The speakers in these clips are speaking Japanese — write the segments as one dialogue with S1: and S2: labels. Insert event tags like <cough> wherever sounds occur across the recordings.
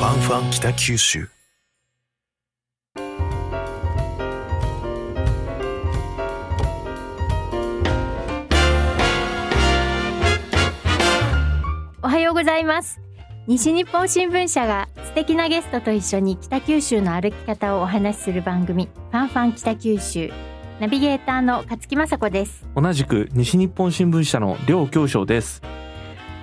S1: 北九州
S2: おはようございます西日本新聞社が素敵なゲストと一緒に北九州の歩き方をお話しする番組ファンファン北九州ナビゲーターの勝木雅子です
S3: 同じく西日本新聞社の両教授です。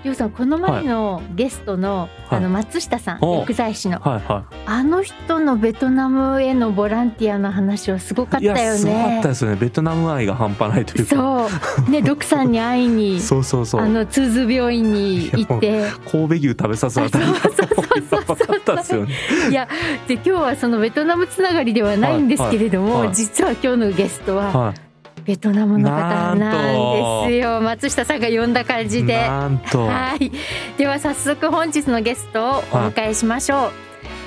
S2: りょうさんこの前のゲストの、
S3: はい
S2: あの松下さん
S3: お
S2: 薬剤師の
S3: はいは
S2: あの人のベトナムへのボランティアの話はすごかっ
S3: い。いや
S2: たよ
S3: すごか
S2: ね
S3: ったですよね。ベトナム愛が半端ないというか。
S2: そうねドクさんに会いに
S3: <laughs> そうそうそう
S2: あの通ず病院に行って
S3: 神戸牛食べさすあたりが
S2: そうそうそうそう
S3: やばかったですよね。
S2: で今日はそのベトナムつながりではないんですけれども、
S3: はいはい
S2: 実は今日のゲストは
S3: は
S2: ベトナムの方なんですよ松下さんが呼んだ感
S3: い。
S2: じで
S3: なんとは
S2: はいでは早速本日のゲストをお迎えしましょ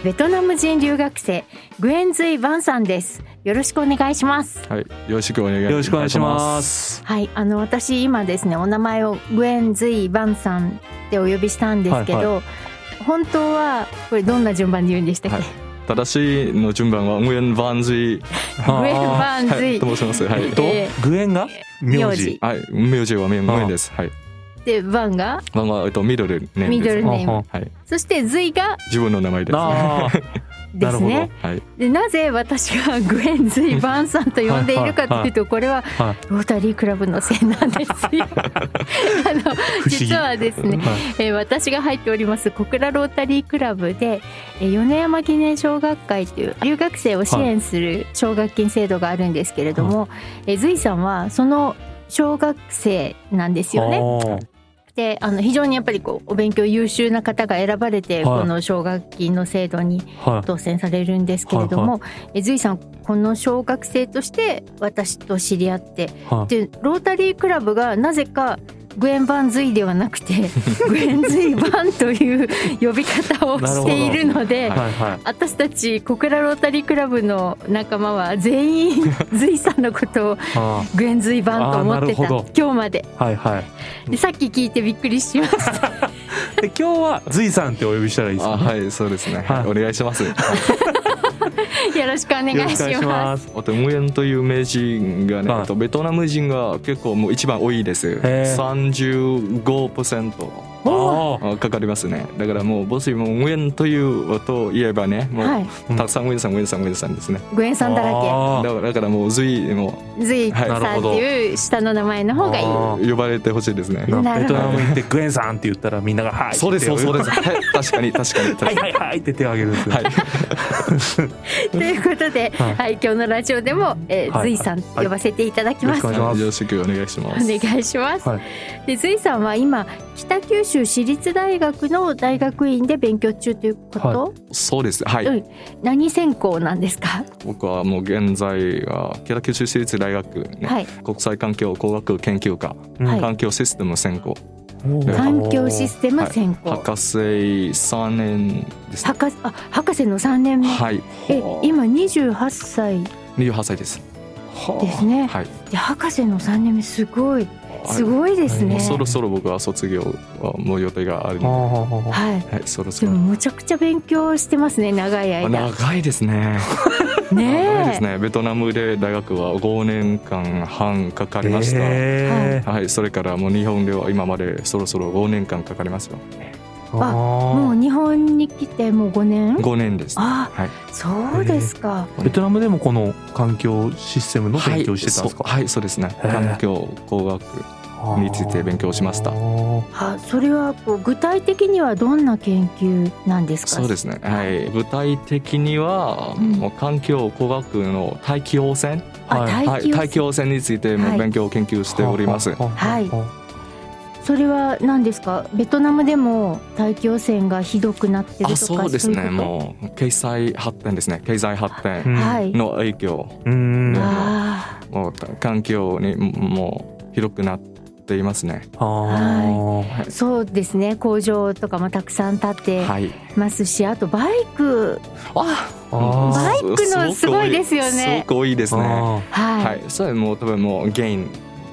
S2: う、ベトナム人留学生グエンズイ・バンさんですよろしくお願いします
S4: はい、よろしくお願いいた。
S3: よろしくお願いします
S2: はいあの私今ですねお名前をグエンズイ・バンさんってお呼びしたんですけど、
S3: はい
S2: 本当はこれどんな順番で言うんでしたっけ、
S4: はい正しいの順番は、グエン・バンジ
S2: グエン・
S3: あ
S2: バ
S4: ー、
S2: ン
S4: は
S2: ズイ、
S4: い、と申します。はい、
S2: <laughs>
S3: ー。と
S2: え
S3: グエンが名
S2: 名
S3: 字
S2: 字。
S4: はい、名字はメン
S3: あー
S4: メンです。はい、
S2: でバンが
S4: 番は、えっと、ミドルネー
S2: ミ
S4: ム
S2: ドル
S4: です。
S2: ネーム
S3: あ
S4: はい、
S2: そしてズイが
S4: 自分の名前です。は
S3: あー。
S2: で
S3: なる
S2: す
S3: ほ
S2: ね
S3: ど。
S4: い、
S2: でなぜ私がグエン・ズイ・バーンさんと呼んでいるかというとこれは
S3: はい。
S2: ロータリークラブのせいなんです
S3: <laughs>
S2: よ。あの
S3: 不思議
S2: 実はですね、
S3: は
S2: えー私が入っております小倉ロータリークラブで、えー米山記念奨学会という留学生を支援する奨学金制度があるんですけれども、えーズイさんはその奨学生なんです
S3: い。
S2: よね。
S3: ね。
S2: であの非常にやっぱりこうお勉強優秀な方が選ばれて、
S3: はい
S2: この奨学金の制度に
S3: はい。
S2: 当選されるんですけれども、えずいさんこの小学生として私と知り合って
S3: はい。
S2: でロータリークラブがなぜかグエン・バンズイではなくてグエンズイ・バンという呼び方をしているので。
S4: なるほど
S3: はいはい。
S2: 私たち小倉ロータリークラブの仲間は全員ズイさんのことを
S3: あ
S2: グエンズイバンと思って
S3: あーな
S2: た
S3: るほど
S2: 今日まで
S3: ーはいは
S2: でさっき聞いてびっくりしました
S3: い。で今日はズイさんってお呼びしたらいいですか
S4: あ、
S3: ね。
S4: はい、そうですね。
S3: は
S4: はいい、お願いします。
S2: よろしくお願い
S3: よろしくお願い
S2: しま
S3: しますす。
S4: あと、ムエンという名人がね、
S3: はい
S4: えっとベトナム人が結構もう一番多いです。
S3: へー
S4: 三十五パーセント。
S3: ああー。
S4: かかりますね。だからもう、ボスもムエンというと言えばね、もう、
S2: はい
S4: たくさんウエンさん、ウエンさん、ウエンさんですね。
S2: グエンさんだらけ
S3: あー
S4: だからだからもう随も
S2: ズイ
S4: はい
S2: さんっていう下の名前の方がいい。
S3: あ
S4: 呼ばれてほしいですね。
S2: な
S3: ベ
S2: るほ
S3: ト
S2: ど
S3: ナム行ってグエンさんって言ったらみんながはい。
S4: そうです
S3: って
S4: そう
S3: 言
S4: そう
S3: よ
S4: です。はい確かに確かに
S3: は
S4: 確
S3: い
S4: か
S3: はいはいって手を挙げるんです
S4: に。
S3: よ。
S4: はい。
S2: <laughs> ということで、は、
S3: はいい
S2: 今日のラジオでも、えー
S3: はい
S2: ズイさん呼ばせていただきます。
S3: はい
S4: よろしくお願いします。
S2: お願いします。
S3: はい
S2: で、ズイさんは今北九州市立大学の大学院で勉強中ということ。
S3: は
S4: そうです。は
S2: うん
S4: い。
S2: 何専攻なんですか。
S4: 僕はもう現在は北九州市立大学ね
S2: はい。
S4: 国際環境工学研究科
S3: うん
S2: はい
S4: 環境システム専攻
S2: 環境システム専攻。
S4: 博士三年です。
S2: 博士あ博士の三年目。
S4: はい。
S2: え今二十八歳
S4: 二十八歳です。
S2: ですね。
S4: はい。
S2: で博士の三年目すごいす
S4: は
S2: ごいです
S4: い。も
S2: ね
S4: う。そろそろ僕は卒業はもう予定があるの
S3: は
S2: はい。
S4: で。はい。そろそ
S2: でも
S4: ろ。
S2: むちゃくちゃ勉強してますね長い
S4: あ
S2: 間。
S4: 長いですね。長いで
S2: ね
S4: すね。ベトナムで大学は5年間半かかりました。
S3: え
S4: はい、それからもう日本では今までそろそろ5年間かかりますよ。
S2: あも
S3: も
S2: う日本に来てもう5年
S4: 5年です。
S2: あ、
S4: はい
S2: そうですか、
S3: ベトナムでもこの環境システムの勉強をしてたんですか、
S4: はい、そうはいそうですね。
S3: へー
S4: 環境工学。
S3: あー
S4: について勉強しました
S3: あー
S2: あそれはこう具体的にはどんな研究なんですか
S4: そうですすね。はい、具体的には、
S2: うん
S4: もう環境工学の大気汚染。
S2: あ、
S3: はい
S2: 大
S4: はい、
S2: 気汚染
S4: 大気汚染についても
S2: はい
S4: 勉強研究しております。
S2: はいそれは何ですかベトナムでも大気汚染がひどくなってるとか
S4: あ、そうで
S2: い
S4: す
S2: こ
S4: ね。
S2: と
S4: もう経済発展ですね。経済発展
S3: ん
S2: はい、
S4: の影響。
S3: うん
S4: ね
S3: あ
S2: あ
S4: もう環境にもう広くなっていますね。
S3: ー
S2: ーそうですね工場とかもたくさん建って
S4: はい。
S2: ますし、あとバイク
S4: あ
S3: あー
S2: バイクのすごいですよね
S4: すごく多いですね。
S3: あ
S2: はい、
S4: はい、それもう多分もうゲイン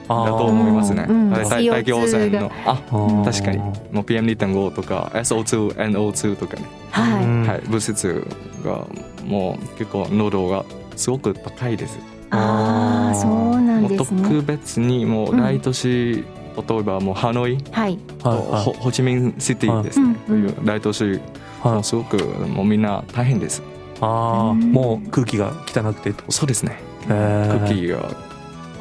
S3: あー
S4: だと思いますね。
S2: うん
S4: はい大大気汚染の
S1: あ
S3: あー
S4: 確かにもう PM2.5 とか SO2、NO2 とかね、
S2: は
S3: う
S2: い。
S3: ん
S4: はい、物質がもう結構濃度がすごく高いです。
S2: ああ、そうなん
S4: もう
S2: ですね。
S4: 特別にもう大都市、例えばもうハノイ
S2: はい。
S4: と
S3: はい
S4: ホホチミンシティですね、
S2: うんうん
S4: という大都市
S3: はいは
S4: も
S3: い、
S4: すごくもうみんな大変です。
S3: ああ
S2: うん
S3: もう空気が汚くてってこと
S4: そうですね。
S3: へー
S4: 空気が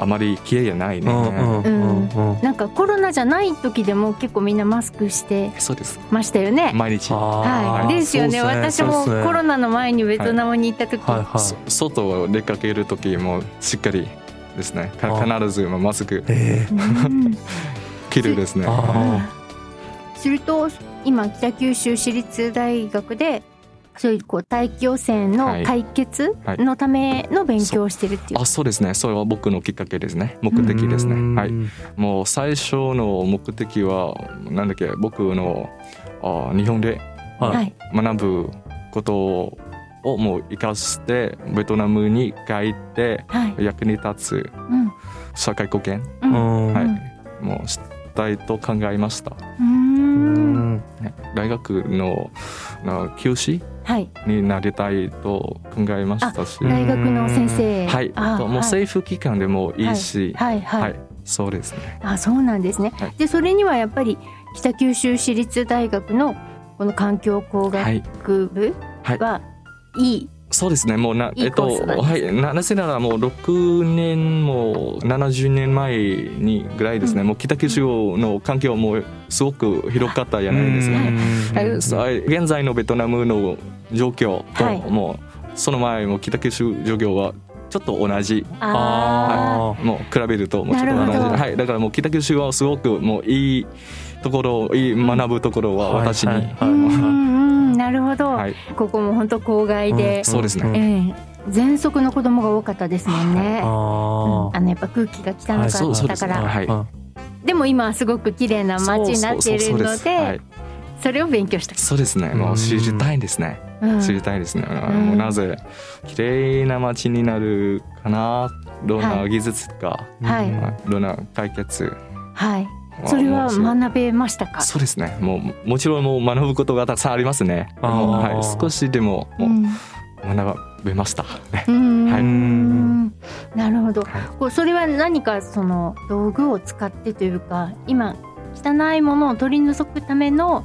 S4: あまりきれいじゃないね。
S3: うんうんうんうん
S2: なんかコロナじゃない時でも結構みんなマスクして
S4: そうです。
S2: ましたよね。
S4: 毎日。
S3: あ
S2: は
S3: ー
S2: い。ですよね。
S3: そうっ
S2: 私も
S3: そうっすね
S2: コロナの前にベトナムに行った時、
S3: はい
S4: そ
S3: はい
S4: 外を出かける時もしっかりですねか
S3: あ
S4: 必ずマスク
S3: ええ
S2: うん
S4: 着るですね
S3: あ
S2: すると今北九州市立大学でそういうこう大気汚染の解決
S4: はい
S2: のための勉強をしてるっていう。
S4: あそうですねそれは僕のきっかけですね目的です
S3: うん
S4: ねはいもう最初の目的はなんだっけ僕のあ日本で
S3: はい
S2: はい。
S4: 学ぶことをもう生かしてベトナムに帰って
S2: はい。
S4: 役に立つ
S2: うん。
S4: 社会貢献、
S2: う。
S3: うんん
S4: は
S2: う
S4: いもうしたいと考えました
S2: うーん。
S4: ね大学のあ教師
S2: はい。
S4: になりたいと考えましたし、
S3: ん
S2: 大学の先生。
S4: はい、
S2: あ
S4: ともう
S2: はい
S4: 政府機関でもいいし、
S2: はい
S4: はい、
S2: はい。
S4: そうですね。
S2: あ、そうなんですね
S4: はい。
S2: で、それにはやっぱり北九州市立大学のこの環境工
S4: は
S2: 学
S4: い、
S2: 部
S4: はい
S2: はいい。
S4: そうですね。もうな、
S2: いい
S4: えっと、
S2: コースなんです
S4: はい、ななぜならもう六年も七十年前にぐらいですね。
S2: うん
S4: もう北九州の環境もすごく広かったじゃないですか、ね。はいそうはい現在のベトナムの状況と、
S2: はい
S4: もうその前も北九州状況はちょっと同じ
S2: あ
S3: あ
S4: もう比べるともうちょっと
S2: なるほど
S4: 同じはいだからもう北九州はすごくもういいところいい学ぶところは私に、
S3: は
S4: はいい
S3: はい
S2: あ。うんうんうん。なるほど。
S4: はい
S2: ここも本当郊外で
S3: ん、
S4: そうです
S3: うん
S4: ね、
S2: ええ、喘息の子供が多かったですもんね。
S3: あ
S2: うん
S3: あ
S2: あのやっぱ空気が汚
S3: は
S2: か
S3: い
S4: そうそう
S2: っ
S4: で
S2: た
S4: す
S2: か
S4: ね
S2: ら、
S4: はい
S2: でも今はすごく綺麗な街になっている
S4: そうそうそうそう
S2: の
S4: すは
S2: で
S4: い、
S2: それを勉強した。
S4: そうですねもう知りたいですね
S2: うん
S4: 知りたいですね、
S2: ん
S4: もうなぜ綺麗な街になるかなどんな技術か、
S2: はい
S3: うん
S4: はいどんな解決
S2: はい。それは
S4: もうすごい
S2: 学べましたか。
S4: そうですねもうもちろんもう学ぶことがたくさんありますね、
S3: あー
S4: はい、少しでも
S2: う
S4: も
S2: ん。
S4: う学べました、 <laughs>
S2: うん
S4: はい
S2: うんなるほど
S4: はい。
S2: こうそれは何かその道具を使ってというか、今汚いものを取り除くための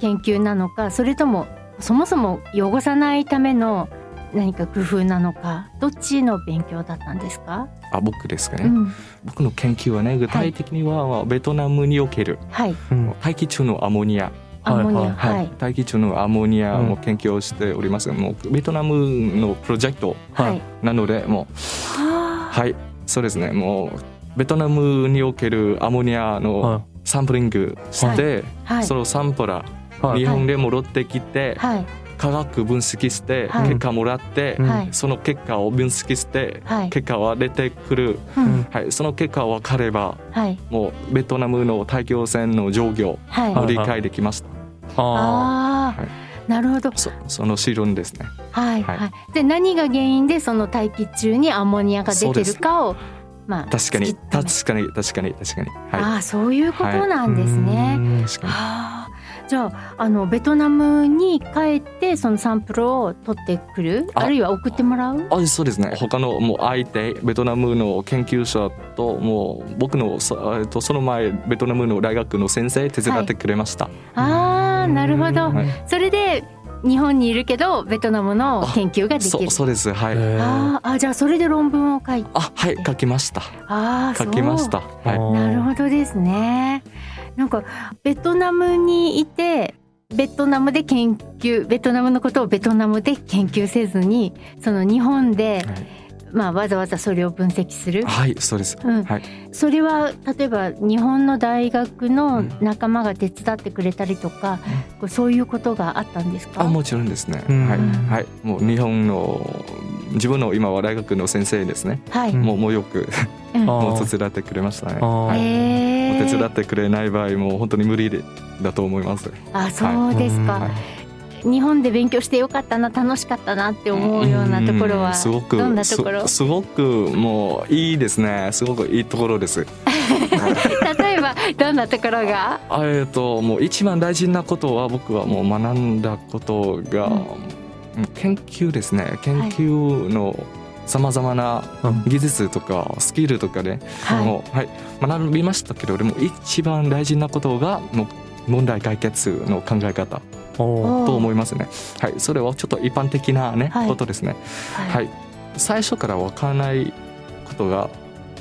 S2: 研究なのか、それともそもそも汚さないための何か工夫なのか、どっちの勉強だったんですか。
S4: あ僕ですかね、
S2: うん。
S4: 僕の研究はね具体的には、ベトナムにおける
S2: はい。
S3: うん
S4: 大気中のアンモニア、
S2: アンモニア。
S3: はい
S4: はい
S2: はい。
S4: 大気中のアンモニアも研究をしております、もうベトナムのプロジェクト
S3: はい
S2: はい。
S4: なのでもう
S2: は
S4: はいそうですねもうベトナムにおけるアンモニアの
S3: は
S4: サンプリングして、
S2: はい。
S4: そのサンプラ
S3: いはい
S4: 日本で戻ってきて、
S2: はい。
S4: 科学分析して、
S2: はい
S4: 結果もらって、
S3: うん
S2: はい。
S4: その結果を分析して、
S2: はい。
S4: 結果は出てくる、
S2: うん
S4: はい、その結果分かれば
S2: はい。
S4: もうベトナムの大気汚染の状況
S2: はい。
S4: を理解できました。
S3: あ
S2: あ
S4: は
S2: あ。なるほど。
S4: そその理論ですね。
S2: はいは
S4: はい
S2: い、で何が原因でその大気中にアンモニアが出てるかをまあ
S4: 確か
S2: 突
S4: に
S2: き止め
S4: 確かに確かに確かには
S2: ああそういうことなんですね。
S4: い確か
S2: ああじゃああのベトナムに帰ってそのサンプルを取ってくる
S4: あ
S2: あるいは送ってもらう
S4: に。あそうですね他のもう相手ベトナムの研究者ともう僕のそ,、えっと、その前ベトナムの大学の先生手伝ってくれました、
S2: ああなるほど、
S4: はい
S2: それで日本にいるけどベトナムの研究ができ
S4: そ
S2: る
S4: う。そうですはい、
S2: あーあじゃあそれで論文を書いて
S4: あはい書きました
S2: ああ
S4: 書きましたはい
S2: なるほどですね。なんかベトナムにいてベトナムで研究ベトナムのことをベトナムで研究せずにその日本で、まあ、わざわざそれを分析する、
S4: はいそうです
S2: うん
S4: はい
S2: それは例えば日本の大学の
S4: うん
S2: 仲間が手伝ってくれたりとか、こうそういうことがあったんですか
S4: あもちろんですね、
S3: うん
S4: はいはいもう日本の自分の今は大学の先生ですね、
S2: はい、
S3: うん
S4: もうもうよく
S2: うん
S3: あ
S4: もう手伝ってくれましたね
S3: あー
S4: はい
S2: へ
S4: お
S2: ー
S4: 手伝ってくれない場合もう本当に無理でだと思います。
S2: あそうですか、
S4: はい
S2: 日本で勉強してよかったな楽しかったなって思うようなところは、
S4: うんすごく
S2: どんなところ
S4: すすごくもういいですね。すごくいいところです。
S2: 例えばどんなところが
S4: あえっともう一番大事なことは僕はもう学んだことが、
S2: うん
S4: うん研究ですね研究のさまざまな
S3: うん
S4: 技術とかスキルとかで、
S2: はい
S4: もうはい、学びましたけどでも一番大事なことがもう問題解決の考え方
S3: おー
S4: と思いますね。はい、それはちょっと一般的なね、
S2: はい
S4: ことですね。
S2: は
S4: はいい、最初からわからないことが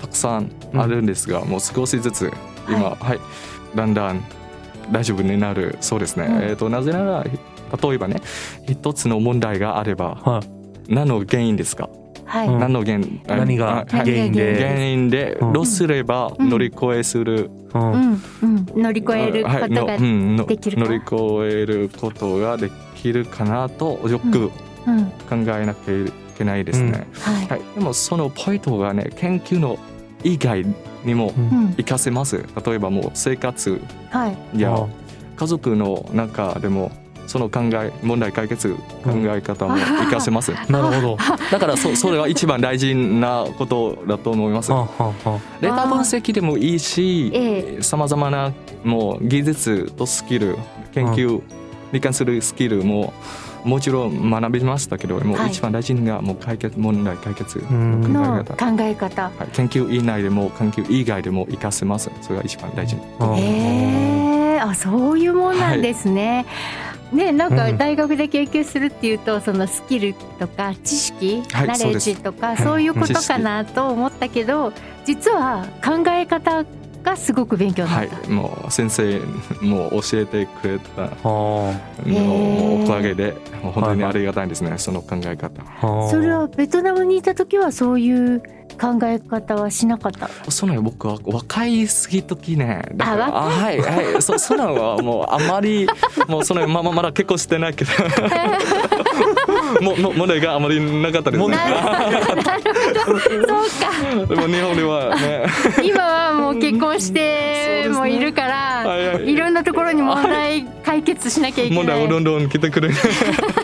S4: たくさんあるんですが、もう少しずつ今、はい、だんだん大丈夫になるそうですね。
S2: うん
S4: えっ、となぜなら例えばね、一つの問題があれば
S3: は
S4: 何の原因ですか？
S2: はい、
S3: うん
S4: 何の原因？
S3: 何が
S4: はい
S3: 原因
S4: 原
S3: で、
S4: 因で
S3: うん
S4: どうすれば乗り越えする、
S3: うん
S2: うんうん、乗り越えるこ
S4: はい
S2: と
S4: の
S2: が、
S4: うんの
S2: できるか
S4: 乗り越えることができるかなとよく
S2: うん
S4: 考えなきゃいけないですね。
S2: はい、
S4: はい、でもそのポイントがね研究の以外にも
S3: うん
S2: うん
S4: 活かせます例えばもう生活
S2: はい、
S4: や
S3: あ
S4: 家族の中でもその考え問題解決考え方も活か
S3: <laughs>
S4: せます
S3: ーなるほど。
S4: だからそそれは一番大事なことだと思います
S3: はあはあは
S4: データ分析でもいいし
S2: え
S4: さまざまなもう技術とスキル研究に関するスキルももちろん学びましたけども
S2: は
S4: う
S2: い
S4: 一番大事なもう解決問題解決
S3: あうん
S4: 考え
S2: の
S4: 方
S2: 考え方
S4: はい、研究以内でも研究以外でも活かせますそれが一番大事
S3: あ
S2: へえあそういうもんなんですね。ねなんか
S3: うん
S2: 大学で研究するっていうと、そのスキルとか知識、
S4: はい
S2: ナレ
S4: そう
S2: ッ
S4: です
S2: ジとか
S3: い
S2: そういうことかなと思ったけど、実は考え方がすごく勉強にな
S4: は
S2: っ
S4: い
S2: た。
S4: もう先生も教えてくれた
S3: あは
S4: の
S2: へー
S4: おかげでもう本当にありがたいですね、その考え方
S3: あ
S2: それはベトナムにいた時はそういう考え方はしなかった。
S4: その僕は若いすぎ時ねだから
S2: あ
S4: あはいはいそそんなんはもうあまりもうそのまままだ結婚してない
S2: <laughs>
S4: けどもも問題があまりなかったです
S3: 問
S4: ね
S3: 題
S2: なるほど、なるほど
S4: <laughs>
S2: そうか。
S4: でも日本で
S2: <laughs>
S4: はね
S2: 今はもう結婚してもいるか
S4: はい
S2: ら、
S4: はい
S2: いろんなところに問題解決しなきゃいけ
S4: 問
S2: な
S4: 題
S2: い
S4: もどんどん来てくる、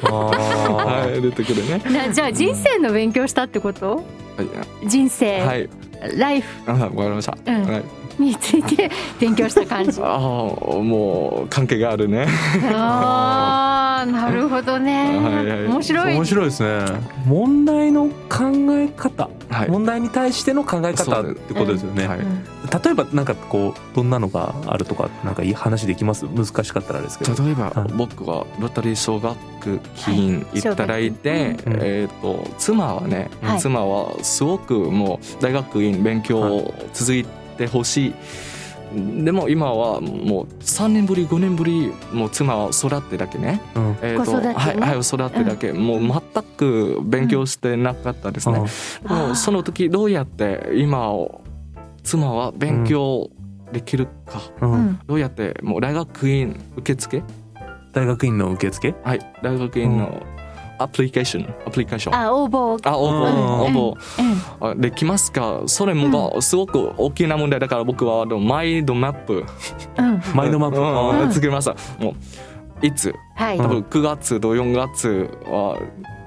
S3: あ
S4: はい、出てくるね
S2: なじゃあ人生の勉強したってこと
S4: は
S2: 人生、
S4: いはい
S2: ライフ
S4: あわかりました、
S2: うん
S4: はい
S2: について勉強した
S4: <laughs>
S2: 感じあ
S4: ああもう関係があるね
S2: あーなるほどね、
S4: はいはい
S2: 面白い
S3: 面白いですね。問題の考え方、
S4: はい
S3: 問題に対しての考え方
S4: そう
S3: っ
S4: です
S3: てことですよね。
S4: はい
S2: うん
S3: 例えばなんかこうどんなのがあるとかなんかいい話できます難しかったらあれですけど。
S4: <laughs> 例えば
S3: はい
S4: 僕はロタリー奨学金
S2: はい
S4: いただいて、
S3: 金うん
S4: えっと妻はね、
S2: はい
S4: 妻はすごくもう大学院勉強を続いてほしい。でも今はもう3年ぶり5年ぶりもう妻は育てだけね、
S3: うん
S4: えーと
S2: 子育てね
S4: はい、はい、子育てだけ、もう全く勉強してなかったですね、
S2: あー
S4: もうその時どうやって今を妻は勉強できるか、
S3: うん
S2: う
S3: うん
S2: ん
S4: どうやってもう大学院受付
S3: 大学院の受付
S4: はい大学院のアプリケーション、アプリケーション
S2: あ応募
S4: あ応募、
S2: うん
S4: 応募あできますかそれもすごく大きな問題だから僕はあのマインドマップ
S2: うん、うん、
S3: マインドマップ、
S4: うん
S2: うん
S4: 作りましたもういつ
S2: はい、
S4: 多分9月と4月は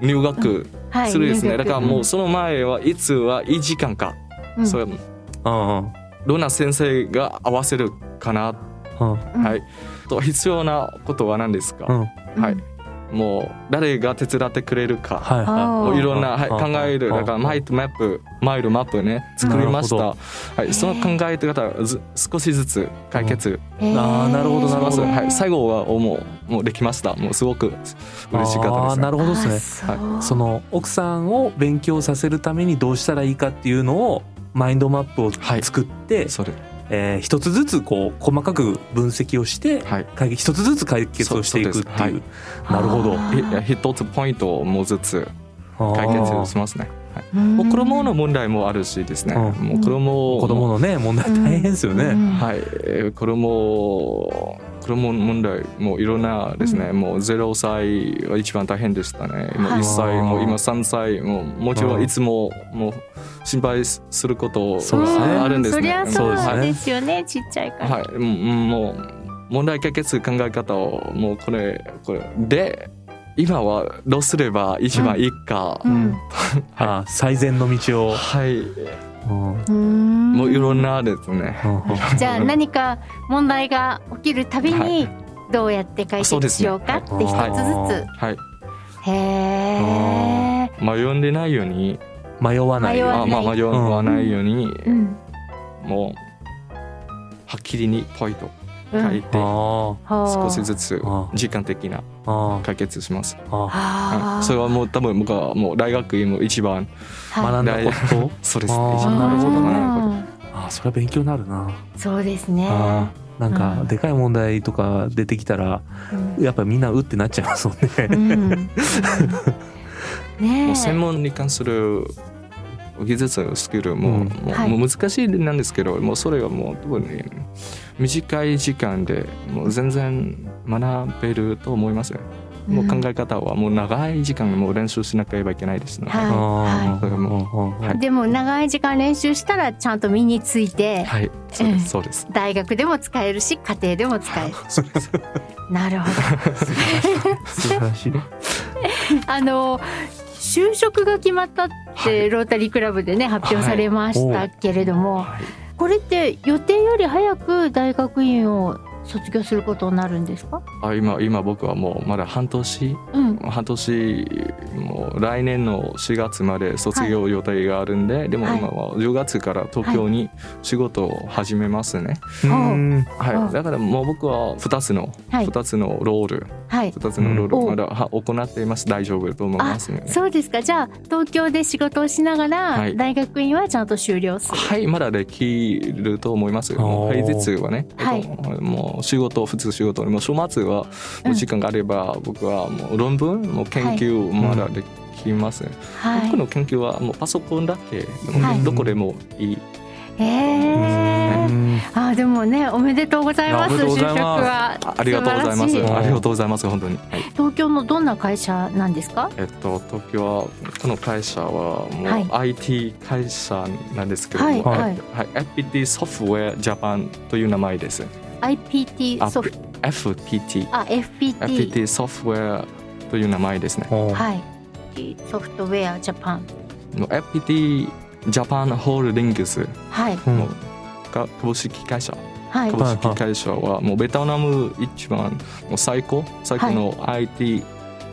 S4: 入学
S2: はい
S4: するですね、
S2: 入
S4: だ
S2: 学
S4: からもうその前はいつは1時間か、
S2: うん
S4: それ
S3: うんうん
S4: どんな先生が合わせるかな、
S3: うん
S2: うん
S4: はいと必要なことは何ですか、
S3: うん
S2: うん
S4: はいもう誰が手伝ってくれるか、
S3: はい
S2: あ
S4: も
S2: ー
S4: ういろんな、はい、
S3: うん
S4: 考える
S3: うん
S4: だからマイルマップマイルマップね作りまし
S3: な
S4: た、
S3: る
S4: はい、その考え方がず少しずつ解決
S2: へー
S3: あーなるほど
S4: し
S3: なる
S4: ま
S3: ほ
S4: す、
S3: ど
S4: はい、最後はもうもうできましたもうすごく嬉しかった
S3: あー
S4: です、
S3: な
S4: ね、
S3: るほどです
S2: あ
S3: ね
S2: そう
S3: その奥さんを勉強させるためにどうしたらいいかっていうのをマインドマップを
S4: はい
S3: 作って、
S4: それ
S3: えー一つずつこう細かく分析をして
S4: はい
S3: 解決一つずつ解決をしていくって
S4: そう
S3: い
S4: そう
S3: うなるほど
S2: あ
S4: ひ
S2: ー
S4: 一つポイントをもうずつ解決
S3: あー
S4: しますね、はい、
S2: うん
S4: もう子供の問題もあるしですね、
S3: うん
S4: もう子供を
S3: 子供のね問題大変ですよね、
S2: うん
S4: はい、えー子供子供問題もいろんなですね、もう0歳は一番大変でしたね、もう
S2: はい
S4: 1歳
S3: あー
S4: もう今3歳もうもちろ
S3: うんん
S4: いつももう心配すること
S3: そうですね
S4: ああるんです
S2: そり
S4: ね。
S2: ゃ
S4: うん
S2: そ
S3: そうです
S2: う
S3: ね
S2: ですよね、ちっちゃいから。
S4: はい、うんうんもう問題解決考え方をもうこれこれで今はどうすれば一番いいか、
S2: うん
S3: あー最善の道を
S4: はい
S3: うん
S2: も
S4: もういろんなですね。
S2: じゃあ何か問題が起きるたび
S4: は
S2: に
S4: い
S2: どうやって解
S4: そう
S2: 決
S4: です
S2: し
S4: ね
S2: ようかって一つずつ、
S4: はい。
S2: へえ、
S4: 迷んでないように、
S3: 迷わない
S2: 迷わ
S4: あまあ
S2: ない
S4: 迷わないように、
S2: うん
S4: もうはっきりにポイと
S2: うん
S4: 書いて、
S3: あ
S2: ほう
S4: 少しずつ
S3: あ
S4: 時間的な
S3: ああ
S4: 解決します。
S3: あ
S2: は
S4: は
S2: あ
S4: いそれはもう多分僕はもう大学院も一番
S2: はい
S3: 学んだこ
S4: <laughs> そうです
S3: あ
S4: ね。
S3: ー
S4: 一
S3: あ
S4: 番
S3: なるほどね
S4: 学んだこと
S3: とああそれは勉強になるな
S2: そうですね
S3: ああなん
S2: う
S3: か
S2: ん
S3: でかい問題とか出てきたら
S2: うん
S3: やっぱみんなうってなっちゃいますもんね
S2: うんうんね
S4: も
S2: え
S4: う専門に関する技術のスキルも,、
S3: うん
S4: もう
S2: はい
S4: もう難しいなんですけどもうそれはもう多分ね短い時間でもう全然学べると思いますね、もう考え方はもう長い時間もう練習しなければいけないですので、
S2: はい
S3: ああ
S4: はい
S3: うんうんうん
S2: でも長い時間練習したらちゃんと身について、
S4: はいそうですそうです
S2: 大学でも使えるし家庭でも使える
S4: <laughs> そうです
S2: なるほ
S4: <laughs>
S2: ど
S3: 素晴らしい
S2: あの就職が決まったって、
S4: はい
S2: ロータリークラブでね発表されましたけれども、
S4: はい
S2: これって予定より早く大学院を卒業することになるんですか？
S4: あ今今僕はもうまだ半年
S2: うん。
S4: 半年もう来年の4月まで卒業予定があるんで、でも今は10月から東京に仕事を始めますね、
S3: うん
S4: はい
S2: あ
S4: だからもう僕は2つの、
S2: はい
S4: 2つのロール
S2: はい。
S4: 2つのロール
S2: うん
S4: をまだは行っています大丈夫と思いますね
S2: そうですか。じゃあ東京で仕事をしながら、
S4: はい
S2: 大学院はちゃんと修了する。
S4: はいまだできると思います
S3: お
S4: 平
S3: ー
S4: 日はね、
S2: はい
S4: えっともう仕事普通仕事もう週末は
S2: うん
S4: お時間があれば僕はもう論文もう研究まだできます、
S2: はい
S4: 僕。の研究はもうパソコンだけでも
S2: はい
S4: どこでもいい、
S2: へえ。あでもねおめでとうございます。
S3: おめでとうござい
S2: 就
S3: ます
S2: 職は
S4: あありがとうございま
S2: 素
S4: す
S2: 晴らし
S3: い
S4: ありがとうございます本当に、はい
S2: 東京のどんな会社なんですか？
S4: えっと、東京はこの会社はも
S2: はいう
S4: IT 会社なんですけども、
S2: はい
S3: はい
S4: はい、FPT ソフトウェアジャパンという名前です。
S2: IPT
S4: あ
S2: ソフト
S4: FPT、
S2: あ FPT
S4: FPT ソフトウェアという名前ですね。
S3: おー
S2: はい。ソフトウェアジャパン
S4: もう FPT ジャパンホールディングス
S2: はい
S3: うん
S4: もうが株式会社、
S2: はい
S4: 株式会社はもうベトナム一番もう最高最高の IT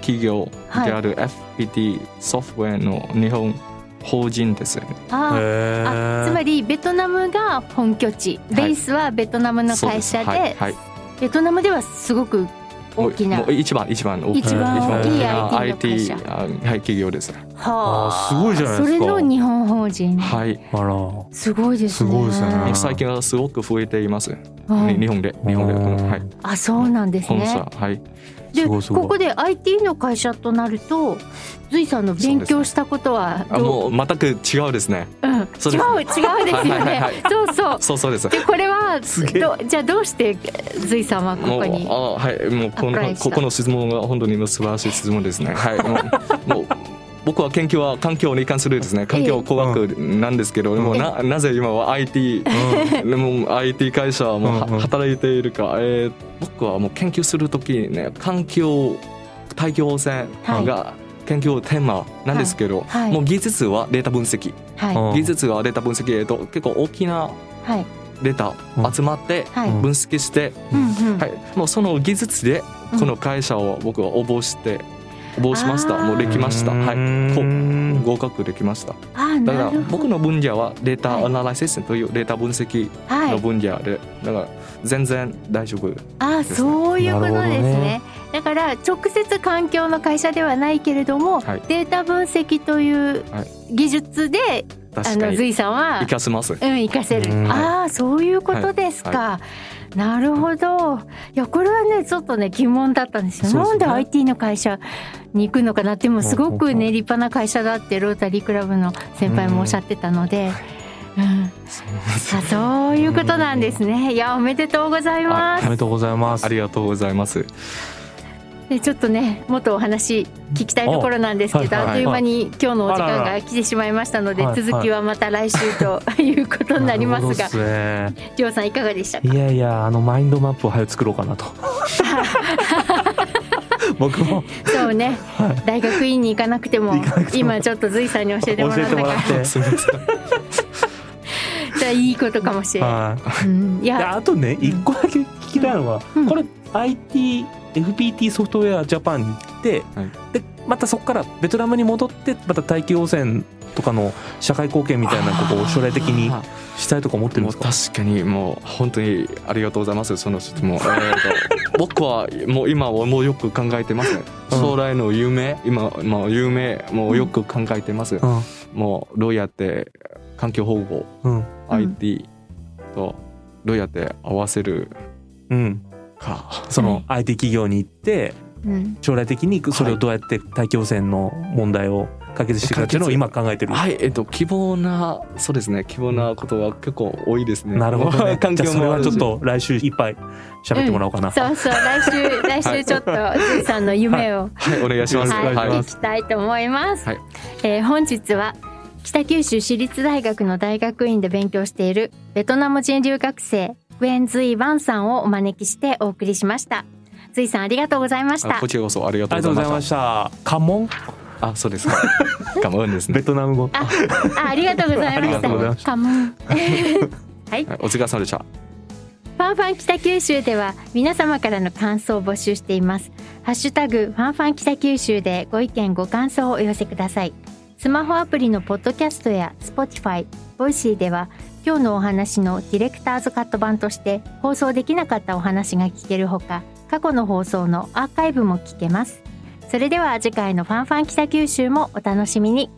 S4: 企業である FPT ソフトウェアの日本法人です。
S2: あー
S3: へ
S2: あ
S3: ー
S2: つまりベトナムが本拠地ベースはベトナムの
S4: そう
S2: 会
S4: です
S2: 社で,、
S4: はいはい
S2: ベトナムではすごく大きな
S4: もうもう一番一番大きな
S2: 一番
S3: 大き
S2: IT
S3: い
S2: の会社
S4: IT あはい企業です。
S2: は
S3: あーすごいじゃないですか
S2: それの日本法人、
S4: はい。
S3: あら
S2: すごいですね
S3: すごいですねうん
S4: 最近はすごく増えています。
S2: うん
S4: に日本で日本でこ
S3: うん
S4: のはい
S2: あそうなんです
S4: 本社
S2: ね
S4: はい
S2: です
S3: ごいすごい
S2: ここで IT の会社となると随さんの勉強したことは
S4: あ
S2: どう
S4: もう全く違うですね。
S2: うん、違う
S4: そうです
S2: 違うです
S4: は
S2: よ
S4: いはい
S2: ね
S4: はい
S2: そうそう
S4: そうそうです。
S2: でこれは
S4: すげえ
S2: どじゃあどうして随さんはこ
S4: もう
S2: こに
S4: あはいもう
S2: ア
S4: こ
S2: プラ
S4: の
S2: イした
S4: ここの質問が本当に素晴らしい質問ですね。はいもうもう僕は研究は環境に関するですね環境工学なんですけど、もうななぜ今は IT でも IT 会社はもうは
S3: うんうん
S4: 働いているか、えー僕はもう研究するときにね環境大気汚染が研究テーマなんですけど、
S2: はい
S4: もう技術はデータ分析、
S2: はい
S3: うん
S4: 技術はデータ分析、えーと、結構大きな
S2: はい
S4: データ集まって
S2: はい、
S3: うん
S4: 分析して、
S2: うんうん
S4: はい、もうその技術でこの会社を僕は応募して応募しました、
S2: あー
S4: もうできました、
S3: うー
S4: は
S3: ん
S4: い、こ合格できました
S2: あ
S4: だ
S2: な
S4: から
S2: るほ
S4: 僕
S2: ど
S4: の分野はデー
S2: は
S4: タ
S2: い
S4: アナライシスというデータ分析
S2: は
S4: の
S2: い
S4: 分野で、だから全然大丈夫
S2: あ
S4: すね
S2: そういうことです
S3: なる
S2: ね
S3: ほどね
S2: だから直接環境の会社ではないけれども、
S4: はい
S2: データ分析という
S4: はい
S2: 技術で、あ
S4: 確か
S2: の
S4: に
S2: 随さんは
S4: 活かせます
S2: うん活かせる、
S3: うん
S2: ああそういうことですか、なるほどいやこれはねちょっとね疑問だったんですよ
S3: そうで
S2: な
S3: すよ
S2: ん
S3: ね
S2: で IT の会社に行くのかなってもうすご
S3: ほうほ
S2: く
S3: うほ
S2: ね
S3: う
S2: 立派な会社だってロータリークラブの先輩もおっしゃってたので、うん、あそういうことなんですねいやおめでとうございます
S3: おめでとうございます
S4: ありがとうございます
S2: でちょっとねもっとお話聞きたいところなんですけど
S3: あ
S2: あっ
S3: は
S2: とい
S3: いうは
S2: 間
S3: い
S2: に今日のお時間
S3: あら
S2: が
S3: ら
S2: 来てしまいましたので
S3: はいはい
S2: 続きはまた来週ということになりますが
S3: なるほどっすね
S2: りょうさんいかがでしたか
S3: いやいやあのマインドマップを早く作ろうか
S2: <laughs>
S3: なと僕も
S2: そうね
S3: はい
S2: 大学院に行かなくても
S3: 行かなくても
S2: 今ちょっと随さんに教えてもらったか
S3: 教えてもら
S2: ら
S3: って
S4: すみません
S2: いいことかもしれない。
S3: はい
S2: うんい
S3: で
S2: や、
S3: あとね
S2: うん
S3: 一個だけ聞きたいのは、
S2: うん
S3: これ ITFPT ソフトウェアジャパンに行って、
S4: はい
S3: でまたそこからベトナムに戻ってまた大気汚染とかの社会貢献みたいなことを将来的に
S4: あ
S3: したいとか思ってるん
S4: も
S3: で
S4: う
S3: すか
S4: 確かにもう本当にありがとうございますその質問、えーと僕はもう今はもうよく考えてます将来の夢今もう夢もうよく考えてます、
S3: うん
S4: もうどうやって環境保護
S3: うん、
S2: うん
S4: IT とどうやって合わせる
S3: うん、
S4: か、
S3: その
S2: はい
S3: IT 企業に行って
S2: うん、
S3: 将来的にそれをどうやって大気汚染の問題を解決していくかっていうのを今考えてる。
S4: はいえっと希望なそうですね希望なことは結構多いですね。
S3: なるほ <laughs> ど、ね
S4: <laughs> 環
S3: じゃあ
S4: 境
S3: それ
S4: も
S3: は
S4: ある
S3: ちょ
S4: し
S3: っと来週いっぱい喋ってもらおうかな。
S2: そうそう、来週、来週ちょっと、ずいさんの夢を。
S4: はいお願いします、
S3: はい
S2: はい、
S3: は
S2: 行きたいと思います。
S4: はい
S2: えー本日は北九州市立大学の大学院で勉強しているベトナム人留学生グエン・ズイ・バンさんをお招きしてお送りしました。ズイさんありがとうございました
S4: あ。こちらこそありが
S3: あ
S4: と
S3: りがと
S4: う
S3: う
S4: ご
S3: ござ
S4: ざ
S3: い
S4: いま
S3: ま
S4: し
S3: した。カモン
S4: たあそうですか我慢ですね
S3: ベトナム語。
S2: あ、あありがとうございま
S4: ありがとうござ
S2: し
S4: い
S3: ま
S2: た。
S3: し
S2: カモン。はい。
S4: はいお疲れ様でした
S2: ファンファン北九州では皆様からの感想を募集しています。ハッシュタグファンファン北九州でご意見ご感想をお寄せください。スマホアプリのポッドキャストや Spotify、ボイシーでは今日のお話のディレクターズカット版として放送できなかったお話が聞けるほか過去の放送のアーカイブも聞けます。それでは次回のファンファン北九州もお楽しみに。